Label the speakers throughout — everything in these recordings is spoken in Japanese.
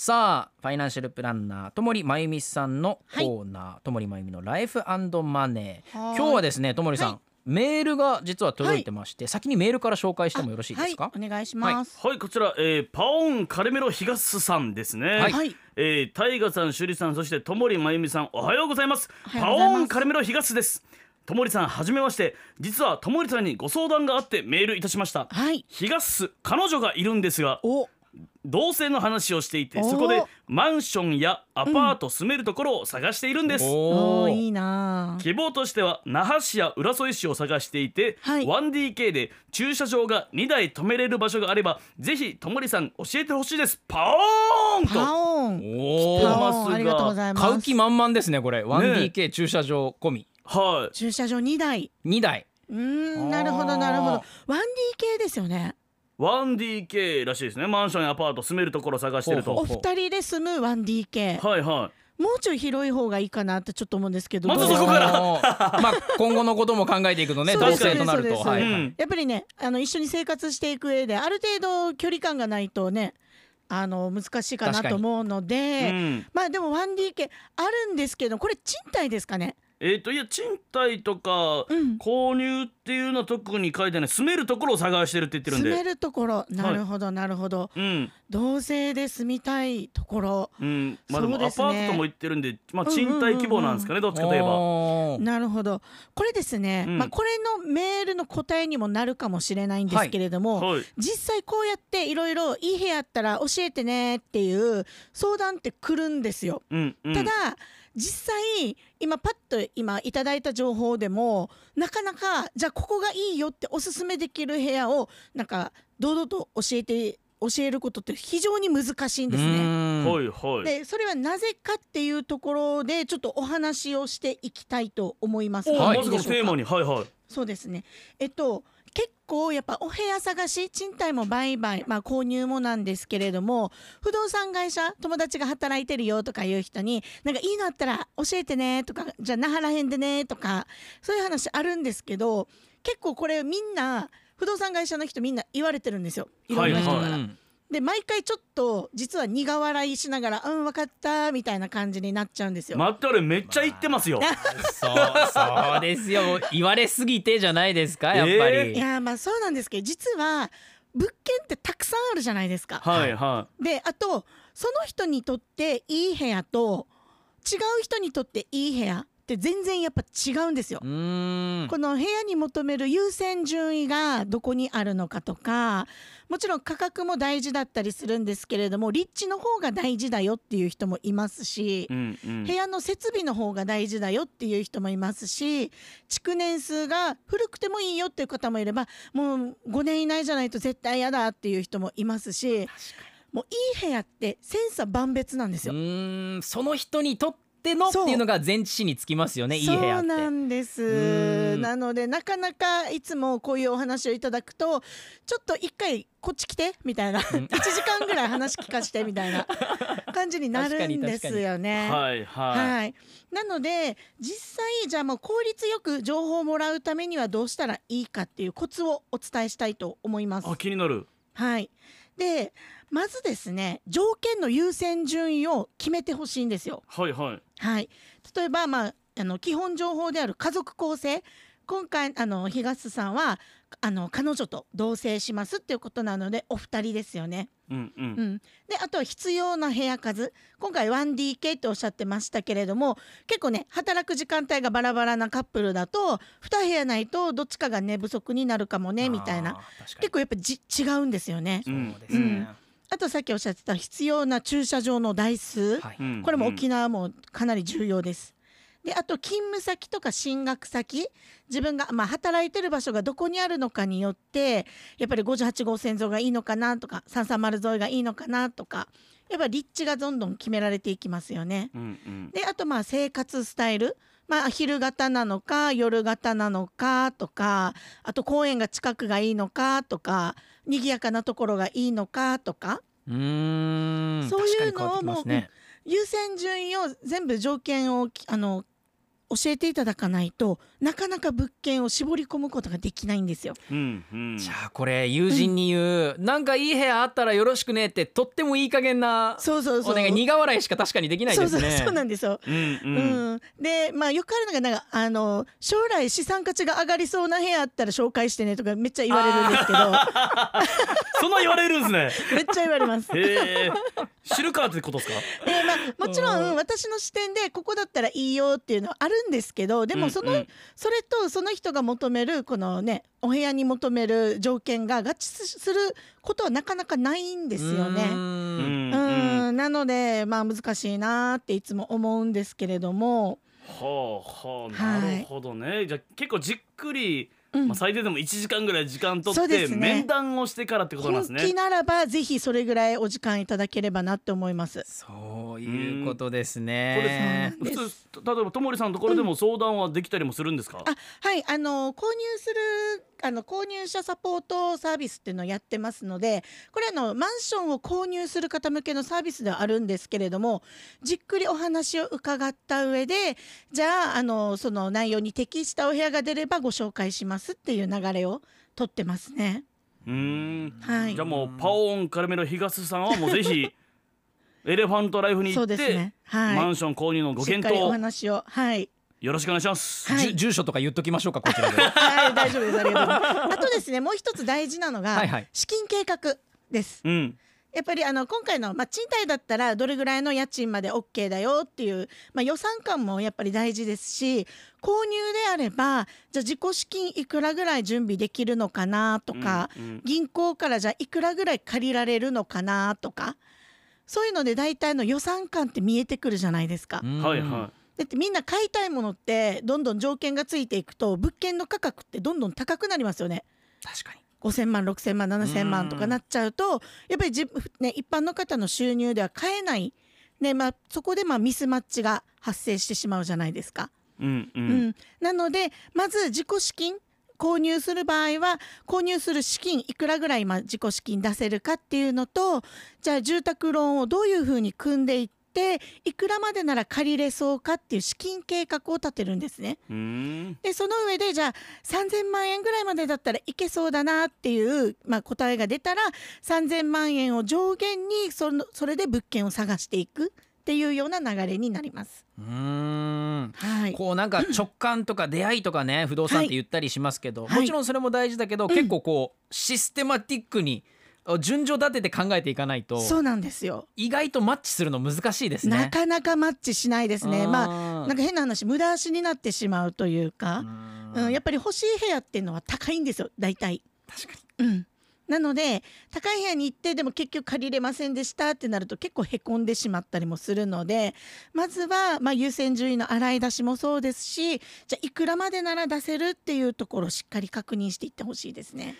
Speaker 1: さあファイナンシャルプランナーともりまゆみさんのコーナー、ともりまゆみのライフマネー
Speaker 2: はー
Speaker 1: 今
Speaker 2: い
Speaker 1: 日はですねともりさん、
Speaker 2: はい
Speaker 1: メールが実は届いてまして、先にメールから紹介してもよろしいですか、
Speaker 2: はい、お願いします。
Speaker 3: はいこちら、えーパオンカレメロヒガスさんですね
Speaker 1: は
Speaker 2: はい、
Speaker 3: えー、タイガさん、シュリさん、そしてともりまゆみさん、おはようございます。
Speaker 2: おはよ
Speaker 3: パ
Speaker 2: うございます
Speaker 3: オンカルメロ東です。ともりさん、はじめまして。実はともりさんにご相談があってメールいたしました。
Speaker 2: はい、
Speaker 3: 東、彼女がいるんですが、
Speaker 2: お、
Speaker 3: 同棲の話をしていて、
Speaker 2: おー
Speaker 3: そこでマンションやアパート住めるところを探しているんです。
Speaker 1: お
Speaker 2: お
Speaker 1: お
Speaker 2: ーいいなあ。
Speaker 3: 希望としては那覇市や浦添市を探していて、
Speaker 2: はい
Speaker 3: 1DK で駐車場が2台止めれる場所があればぜひともりさん教えてほしいですパオーンと
Speaker 2: パオン、
Speaker 1: おお
Speaker 2: パ
Speaker 3: 来た
Speaker 2: オン、ありがとうございます。
Speaker 1: 買う気満々ですねこれ 1DK 駐車場込み
Speaker 3: はい
Speaker 2: 駐車場二台。
Speaker 1: 2台
Speaker 2: うーん、なるほ
Speaker 1: あー
Speaker 2: ど、なるほど。ワン D. K. ですよね。
Speaker 3: 1DK らしいですねマンションやアパート住めるところを探してる
Speaker 1: ほ
Speaker 3: と
Speaker 1: う
Speaker 2: お二人で住むワン D. K.。
Speaker 3: はいは
Speaker 2: もうちょい広い方がいいかなってちょっと思うんですけど。
Speaker 3: ま
Speaker 2: ど
Speaker 3: ず
Speaker 2: うです
Speaker 3: そこから
Speaker 1: ら まあ今後のことも考えていくとね
Speaker 2: そう
Speaker 1: 同
Speaker 2: です
Speaker 1: 棲となると
Speaker 2: そうです
Speaker 1: はいはい
Speaker 3: うん
Speaker 2: やっぱりね、あの一緒に生活していく上で、ある程度距離感がないとね。あの難しいかな
Speaker 1: 確かに
Speaker 2: と思うの
Speaker 3: い、
Speaker 2: で。
Speaker 3: うん、
Speaker 2: まあでも 1DK あるんですけどこれ賃貸ですかね
Speaker 3: えっ、といや賃貸とか
Speaker 2: うん
Speaker 3: 購入っていうのは特に書いてない住めるところを探してるって言ってるん
Speaker 2: 住め
Speaker 3: で
Speaker 2: るところなるほどなるほど、
Speaker 3: うん
Speaker 2: 同棲で住みたいところ
Speaker 3: うんまあでも
Speaker 2: そう
Speaker 3: アパ
Speaker 2: ですね
Speaker 3: ートとも言ってるんで、まあ、
Speaker 2: うんうんうんうん
Speaker 3: 賃貸希望なんですかね、どっちかといえば
Speaker 1: おー
Speaker 2: なるほどこれですね、
Speaker 3: うん
Speaker 2: まあこれのメールの答えにもなるかもしれないんですけれども、
Speaker 3: はい
Speaker 2: 実際こうやっていろいろいい部屋あったら教えてねっていう相談って来るんですよ。
Speaker 3: うんうん
Speaker 2: ただ実際今パッと今いただいた情報でもなかなかじゃあここがいいよっておすすめできる部屋をなんか堂々と教えて教えることって非常に難しいんです
Speaker 1: う
Speaker 2: ね。
Speaker 1: ーん
Speaker 3: はいはい
Speaker 2: でそれはなぜかっていうところでちょっとお話をしていきたいと思います。
Speaker 3: お、
Speaker 1: はい
Speaker 3: まさかのテーマにはいはい
Speaker 2: そうですね。えっと結構やっぱお部屋探し賃貸も売買、まあ、購入もなんですけれども不動産会社友達が働いてるよとかいう人になんかいいのあったら教えてねとかじゃあ那覇らへんでねとかそういう話あるんですけど結構これみんな不動産会社の人みんな言われてるんですよいろんな人か
Speaker 3: はい
Speaker 2: ら。
Speaker 3: は
Speaker 2: で毎回ちょっと実は苦笑いしながら「うん分かった」みたいな感じになっちゃうんですよ。
Speaker 3: 待ってあれめっちゃ言ってますよ、
Speaker 1: そうそうですよ言われすぎてじゃないですかやっぱり、
Speaker 2: いやーまあそうなんですけど実は物件ってたくさんあるじゃないですか。
Speaker 3: はいは
Speaker 2: であとその人にとっていい部屋と違う人にとっていい部屋って全然やっぱ違うんですよ。
Speaker 1: うーん
Speaker 2: この部屋に求める優先順位がどこにあるのかとかもちろん価格も大事だったりするんですけれども立地の方が大事だよっていう人もいますし
Speaker 3: い、う、んうん
Speaker 2: 部屋の設備の方が大事だよっていう人もいますし築年数が古くてもいいよっていう方もいればもう5年以内じゃないと絶対嫌だっていう人もいますしもういい部屋って千差万別なんです
Speaker 1: う
Speaker 2: よ。
Speaker 1: ーんその人にとってのって
Speaker 2: そう
Speaker 1: いうのが全知につきますよねいい部屋っ
Speaker 2: そ
Speaker 1: て
Speaker 2: うなんです
Speaker 1: うん
Speaker 2: なのでなかなかいつもこういうお話をいただくとちょっと一回こっち来てみたいな1時間ぐらい話聞かしてみたいな感じになるんですよね。
Speaker 3: はいはい、
Speaker 2: はい、なので実際じゃあもう効率よく情報をもらうためにはどうしたらいいかっていうコツをお伝えしたいと思います
Speaker 3: あ。気になる
Speaker 2: はい、でまずですね条件の優先順位を決めてほしいんですよ。
Speaker 3: はいはい
Speaker 2: はい、例えば、まあ、あの基本情報である家族構成今回あの東さんはあの彼女と同棲しますっていうことなのでお二人ですよね。
Speaker 3: うんうん
Speaker 2: うん、であとは必要な部屋数今回 1DK っておっしゃってましたけれども結構ね働く時間帯がバラバラなカップルだと2部屋ないとどっちかが寝不足になるかもねみたいな
Speaker 1: あー確かに
Speaker 2: 結構やっぱじ違うんですよね
Speaker 1: そうですね、
Speaker 2: あとさっきおっしゃってた必要な駐車場の台数、
Speaker 1: はい
Speaker 3: うん
Speaker 2: これも沖縄もかなり重要です。であと勤務先とか進学先自分が、まあ、働いてる場所がどこにあるのかによってやっぱり58号線沿いがいいのかなとか330沿いがいいのかなとかやっぱり立地がどんどん決められていきますよね。
Speaker 3: うんうん
Speaker 2: であとまあ生活スタイル、まあ、昼型なのか夜型なのかとかあと公園が近くがいいのかとか賑やかなところがいいのかとか
Speaker 1: うーん
Speaker 2: そういうの
Speaker 1: 確かに変
Speaker 2: を
Speaker 1: わってきますね
Speaker 2: 優先順位を全部条件をきあの教えていただかないとなかなか物件を絞り込むことができないんですよ。
Speaker 3: うんうん
Speaker 1: じゃあこれ友人に言う、なんかいい部屋あったらよろしくねってとってもいい加減な
Speaker 2: そうそうそう。
Speaker 1: お願い苦笑いしか確かにできないですね
Speaker 2: そうそうそうなんですよ。
Speaker 3: うん
Speaker 2: う
Speaker 3: うん
Speaker 2: ん、でまあよくあるのがなんかあの将来資産価値が上がりそうな部屋あったら紹介してねとかめっちゃ言われるんです けど
Speaker 3: そんな言われるんですね
Speaker 2: めっちゃ言われます。
Speaker 3: へえ知るかってことですか
Speaker 2: でまあ、もちろん私の視点でここだったらいいよっていうのはあるんですけどでもその、
Speaker 3: うんうん
Speaker 2: それとその人が求めるこのねお部屋に求める条件が合致することはなかなかないんですよ
Speaker 1: う
Speaker 2: ね。
Speaker 3: う
Speaker 1: ーん
Speaker 2: うんんなのでまあ難しいなっていつも思うんですけれども、
Speaker 3: はあはあ、
Speaker 2: はい
Speaker 3: なるほどねじゃあ結構じっくり、
Speaker 2: うん
Speaker 3: まあ、最低でも1時間ぐらい時間取
Speaker 2: そう
Speaker 3: っ
Speaker 2: で
Speaker 3: て、
Speaker 2: すね
Speaker 3: 面談をしてからってことなんです
Speaker 2: 本
Speaker 3: ね
Speaker 2: 気ならばぜひそれぐらいお時間いただければなって思います。
Speaker 1: そういうことです
Speaker 3: これ
Speaker 1: ね
Speaker 2: そうなんで
Speaker 3: 普通と例えばともりさんのところでも相談はできたりもするんですか、
Speaker 2: あはいあの購入するあの購入者サポートサービスっていうのをやってますのでこれあのマンションを購入する方向けのサービスではあるんですけれどもじっくりお話を伺った上でじゃああのその内容に適したお部屋が出ればご紹介しますっていう流れを取ってますね。
Speaker 3: うーん
Speaker 2: はい
Speaker 3: じゃあもうパオーン軽めの東さんはもう ぜひエレファントライフに行
Speaker 2: そう
Speaker 3: って、
Speaker 2: ですね。
Speaker 3: マ
Speaker 2: は
Speaker 3: ンション購入の
Speaker 2: い。し
Speaker 3: ご
Speaker 2: っ
Speaker 3: 検
Speaker 2: かりお
Speaker 3: 討
Speaker 2: 話を はい。
Speaker 3: よろしくお願いします、
Speaker 2: はい
Speaker 1: じゅ住所とか言っときましょうかこ ちらで
Speaker 2: はい大丈夫ですありがとうございます。あとですねもう一つ大事なのが、
Speaker 1: はいはい
Speaker 2: 資金計画です。
Speaker 3: うん
Speaker 2: やっぱりあの今回の、まあ、賃貸だったらどれぐらいの家賃まで OK だよっていう、まあ、予算感もやっぱり大事ですし購入であればじゃあ自己資金いくらぐらい準備できるのかなとか、
Speaker 3: うんうん
Speaker 2: 銀行からじゃあいくらぐらい借りられるのかなとかそういうので大体の予算感って見えてくるじゃないですか。
Speaker 3: はいは
Speaker 2: だってみんな買いたいものってどんどん条件がついていくと物件の価格ってどんどん高くなりますよね。
Speaker 1: い確かに
Speaker 2: 5,000万6,000万7,000
Speaker 1: う
Speaker 2: 万
Speaker 1: ん
Speaker 2: とかなっちゃうとやっぱりじ、ね、一般の方の収入では買えない、ねまあ、そこでまあミスマッチが発生してしまうじゃないですか。
Speaker 3: いうんう、
Speaker 2: うんんなのでまず自己資金購入する場合は購入する資金いくらぐらい今自己資金出せるかっていうのとじゃあ住宅ローンをどういうふうに組んでいっていくらまでなら借りれそうかっていう資金計画を立てるんですね。
Speaker 3: うーん
Speaker 2: でその上でじゃあ3,000万円ぐらいまでだったらいけそうだなっていう、まあ、答えが出たら3,000万円を上限にそのそれで物件を探していくっていうような流れになります。
Speaker 1: うーん
Speaker 2: はい、
Speaker 1: こうなんか直感とか出会いとかね不動産っ
Speaker 2: はい
Speaker 1: て言ったりしますけど、
Speaker 2: はい
Speaker 1: もちろんそれも大事だけど、結構こうシステマティックにあ順序立てて考えていかないと
Speaker 2: そうなんですよ
Speaker 1: 意外とマッチするの難しいですね。
Speaker 2: なかなかマッチしないですね。まあなん
Speaker 1: か
Speaker 2: か変な話無駄足になってしまうというか、うん、やっぱり欲しい部屋っていうのは高いんですよ大体。
Speaker 1: 確かに
Speaker 2: うんなので高い部屋に行ってでも結局借りれませんでしたってなると結構へこんでしまったりもするのでまずはまあ優先順位の洗い出しもそうですしじゃあいくらまでなら出せるっていうところをしっかり確認していってほしいですね。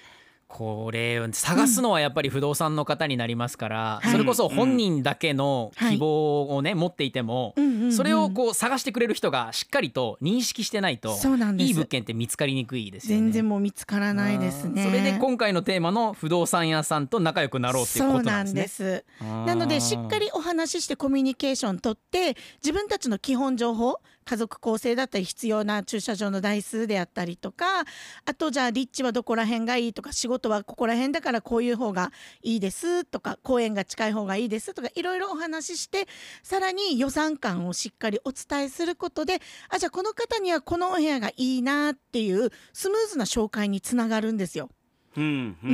Speaker 1: これを探すのはやっぱり不動産の方になりますから、
Speaker 2: はい
Speaker 1: それこそ本人だけの希望をね、持っていても、
Speaker 2: うんうんうん
Speaker 1: それをこう探してくれる人がしっかりと認識してないと
Speaker 2: そうなんです
Speaker 1: いい物件って見つかりにくいですよね。
Speaker 2: 全然もう見つからないですね。
Speaker 1: それで今回のテーマの不動産屋さんと仲良くなろうっていうことなんですね。
Speaker 2: そうなんです
Speaker 1: な
Speaker 2: なのでしっかりお話ししてコミュニケーション取って自分たちの基本情報家族構成だったり必要な駐車場の台数であったりとかあとじゃあ立地はどこら辺がいいとか仕事はここら辺だからこういう方がいいですとか公園が近い方がいいですとかいろいろお話ししてさらに予算感をしっかりお伝えすることであじゃあこの方にはこのお部屋がいいなっていうスムーズな紹介につながるんですよ。
Speaker 3: うんう
Speaker 2: うんう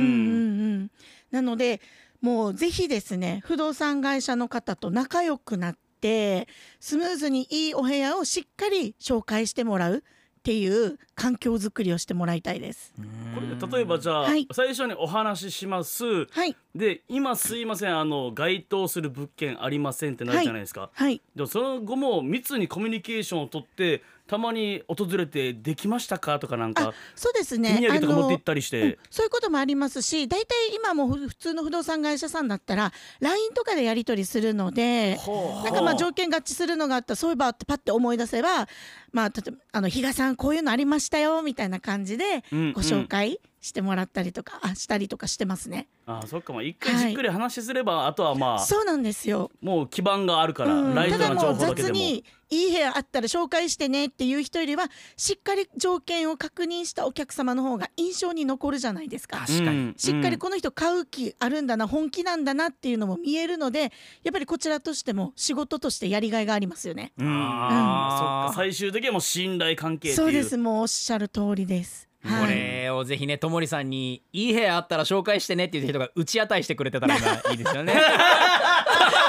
Speaker 2: ん
Speaker 3: ん
Speaker 2: うん、なのでもうぜひですね不動産会社の方と仲良くなってスムーズにいいお部屋をしっかり紹介してもらうっていう環境づくりをしてもらいたいです。
Speaker 3: これで例えばじゃあ、
Speaker 2: はい
Speaker 3: 最初にお話しします
Speaker 2: はい、
Speaker 3: で今すいませんあの該当する物件ありませんってなるじゃないですか、
Speaker 2: はい
Speaker 3: でもその後も密にコミュニケーションを取ってたまに訪れてできましたかとかなんか
Speaker 2: あそうです
Speaker 3: 手
Speaker 2: ね
Speaker 3: 土産とか持
Speaker 2: あ
Speaker 3: って行
Speaker 2: の
Speaker 3: ったりし
Speaker 2: うん
Speaker 3: て、
Speaker 2: そういうこともありますし大体今もふ普通の不動産会社さんだったら LINE とかでやり取りするので
Speaker 3: ほう
Speaker 2: なんかまあ
Speaker 3: ほ
Speaker 2: 条
Speaker 3: う
Speaker 2: 件合致するのがあったらそういえばってパッて思い出せば、まあ、例えばあの比嘉さんこういうのありましたよみたいな感じで
Speaker 3: うんうん
Speaker 2: ご紹介してもらったりとかあしたりとかしてますね。
Speaker 3: あそっかまあ一回じっくり話しすれば、あとはまあ
Speaker 2: そうなんですよ。
Speaker 3: もう基盤があるから、
Speaker 2: うん、
Speaker 3: ライ
Speaker 2: た
Speaker 3: トな
Speaker 2: だ
Speaker 3: 情
Speaker 2: もう
Speaker 3: 報だけで
Speaker 2: 雑
Speaker 3: も
Speaker 2: にいい部屋あったら紹介してねっていう人よりはしっかり条件を確認したお客様の方が印象に残るじゃないですか。
Speaker 1: 確かに
Speaker 3: うん
Speaker 2: しっかりこの人買う気あるんだな本気なんだなっていうのも見えるのでやっぱりこちらとしても仕事としてやりがいがありますよね。
Speaker 3: うん、あーそっか最終的にはもう信頼関係っていう
Speaker 2: そうですもうおっしゃる通りです。
Speaker 1: こ
Speaker 2: はい、
Speaker 1: れをぜひねともりさんにいい部屋あったら紹介してねっていう人が打ち当たりしてくれてたら今いいです よね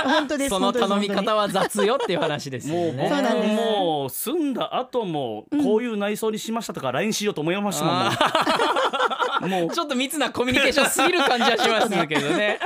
Speaker 2: 本当です
Speaker 1: その頼み
Speaker 2: 本当です本当
Speaker 1: 方
Speaker 2: に
Speaker 1: は雑よっていう話ですよ
Speaker 3: もう
Speaker 1: ね
Speaker 3: 僕
Speaker 2: そうなん
Speaker 3: も
Speaker 2: です
Speaker 3: もう住んだ後もこういう内装にしましたとか LINE しようと思いましたもん、もう
Speaker 1: ちょっと密なコミュニケーションすぎる感じはしますけど ね。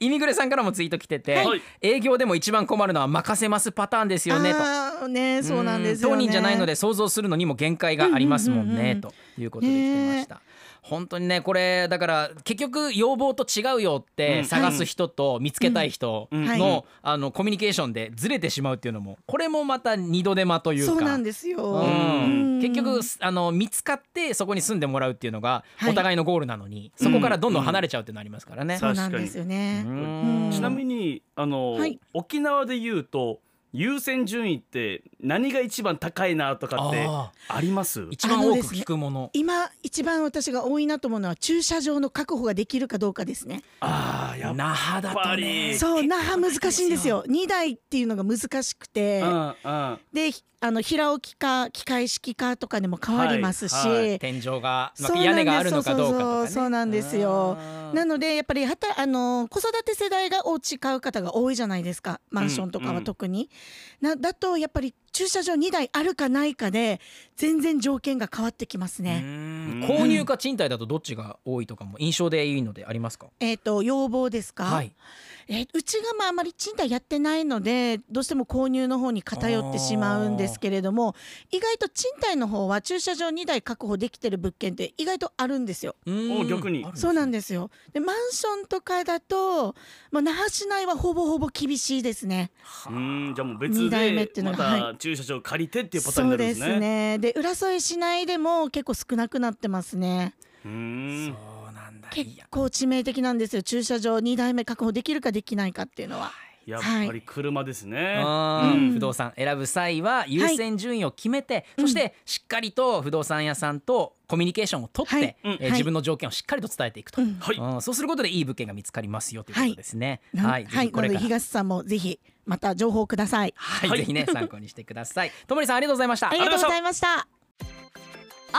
Speaker 1: イミグレさんからもツイート来てて、
Speaker 3: はい
Speaker 1: 営業でも一番困るのは任せますパターンですよねと。
Speaker 2: あーねそうなんですよ、ね、
Speaker 1: 当人じゃないので想像するのにも限界がありますもん
Speaker 2: うんうんうん
Speaker 1: ね
Speaker 2: うん
Speaker 1: ということで来てました。本当にねこれだから結局要望と違うよっ
Speaker 3: う
Speaker 1: て
Speaker 3: ん
Speaker 1: 探す人と見つけたい人
Speaker 3: うん
Speaker 2: はい
Speaker 1: のあのコミュニケーションでずれてしまうっていうのもこれもまた二度手間というか
Speaker 2: そうなんですよ、
Speaker 1: うん
Speaker 2: うん
Speaker 1: 結局すあの見つかってそこに住んでもらうっていうのが
Speaker 2: はい
Speaker 1: お互いのゴールなのに、そこからどんどん離れちゃうっていうのありますからね。
Speaker 2: そうなんですよね、
Speaker 1: うん
Speaker 3: ちなみにあの、
Speaker 2: はい
Speaker 3: 沖縄で言うと優先順位って何が一番高いなとかって
Speaker 1: あ
Speaker 3: あります
Speaker 1: ー一番多く聞くもの。
Speaker 2: 今一番私が多いなと思うのは駐車場の確保ができるかどうかですね。
Speaker 3: ああやっ
Speaker 1: 那覇だ
Speaker 3: ぱ
Speaker 1: と
Speaker 3: り
Speaker 1: ね。
Speaker 2: そう那覇難しいんですよ。2台っていうのが難しくて、
Speaker 3: うんうん
Speaker 2: でひあの平置きか機械式かとかでも変わりますし、
Speaker 3: はいは い
Speaker 1: 天井が、ま
Speaker 2: そうなんです
Speaker 1: 屋根があるのかどうかとか、
Speaker 2: そうそ
Speaker 1: ね。
Speaker 2: うそうそうなんですよ
Speaker 1: あー
Speaker 2: なのでやっぱりはたあの子育て世代がお家買う方が多いじゃないですかマンションとかは特に。なだとやっぱり駐車場2台あるかないかで全然条件が変わってきます
Speaker 1: う
Speaker 2: ね。
Speaker 1: ん購入か賃貸だとどっちが多いとかも印象でいいのでありますか。
Speaker 2: えっ、と要望ですか、
Speaker 1: はい。
Speaker 2: えうちがまああまり賃貸やってないのでどうしても購入の方に偏ってしまうんですけれども意外と賃貸の方は駐車場2台確保できてる物件って意外とあるんですよ。
Speaker 1: う
Speaker 3: お逆に
Speaker 1: あるんですね
Speaker 2: そうなんですよでマンションとかだと、まあ、那覇市内はほぼほぼ厳しいですね。
Speaker 3: うんじゃあもう
Speaker 2: 二
Speaker 3: 別
Speaker 2: 台目っ
Speaker 3: で
Speaker 2: ていうの
Speaker 3: ま
Speaker 2: がは
Speaker 3: た駐車場借りてっていうパターンになるんですね
Speaker 2: そうですねで浦添市内でも結構少なくなってますね。
Speaker 3: う
Speaker 1: そ
Speaker 3: ん
Speaker 1: うなんだ。
Speaker 2: 結
Speaker 1: いや
Speaker 2: 構致命的なんですよ駐車場2台目確保できるかできないかっていうのは。
Speaker 3: やっぱり車ですね、
Speaker 1: あー
Speaker 2: うん
Speaker 1: 不動産選ぶ際は優先順位を決めて、そしてしっかりと不動産屋さんとコミュニケーションを取って、
Speaker 2: はい
Speaker 1: えー
Speaker 3: うん
Speaker 2: はい
Speaker 1: 自分の条件をしっかりと伝えていくと、
Speaker 2: うん
Speaker 3: はい
Speaker 1: うんそうすることでいい物件が見つかりますよということですね。
Speaker 2: な
Speaker 1: はい、
Speaker 2: は
Speaker 1: ぜ
Speaker 2: い、
Speaker 1: ひこ
Speaker 2: なの
Speaker 1: れ
Speaker 2: で
Speaker 1: から、
Speaker 2: 東さんもぜひまた情報をください。
Speaker 1: はい
Speaker 3: はい
Speaker 1: ぜひね参考にしてください。ともりさんありがとうございました。
Speaker 2: ありがとうございました。
Speaker 4: ア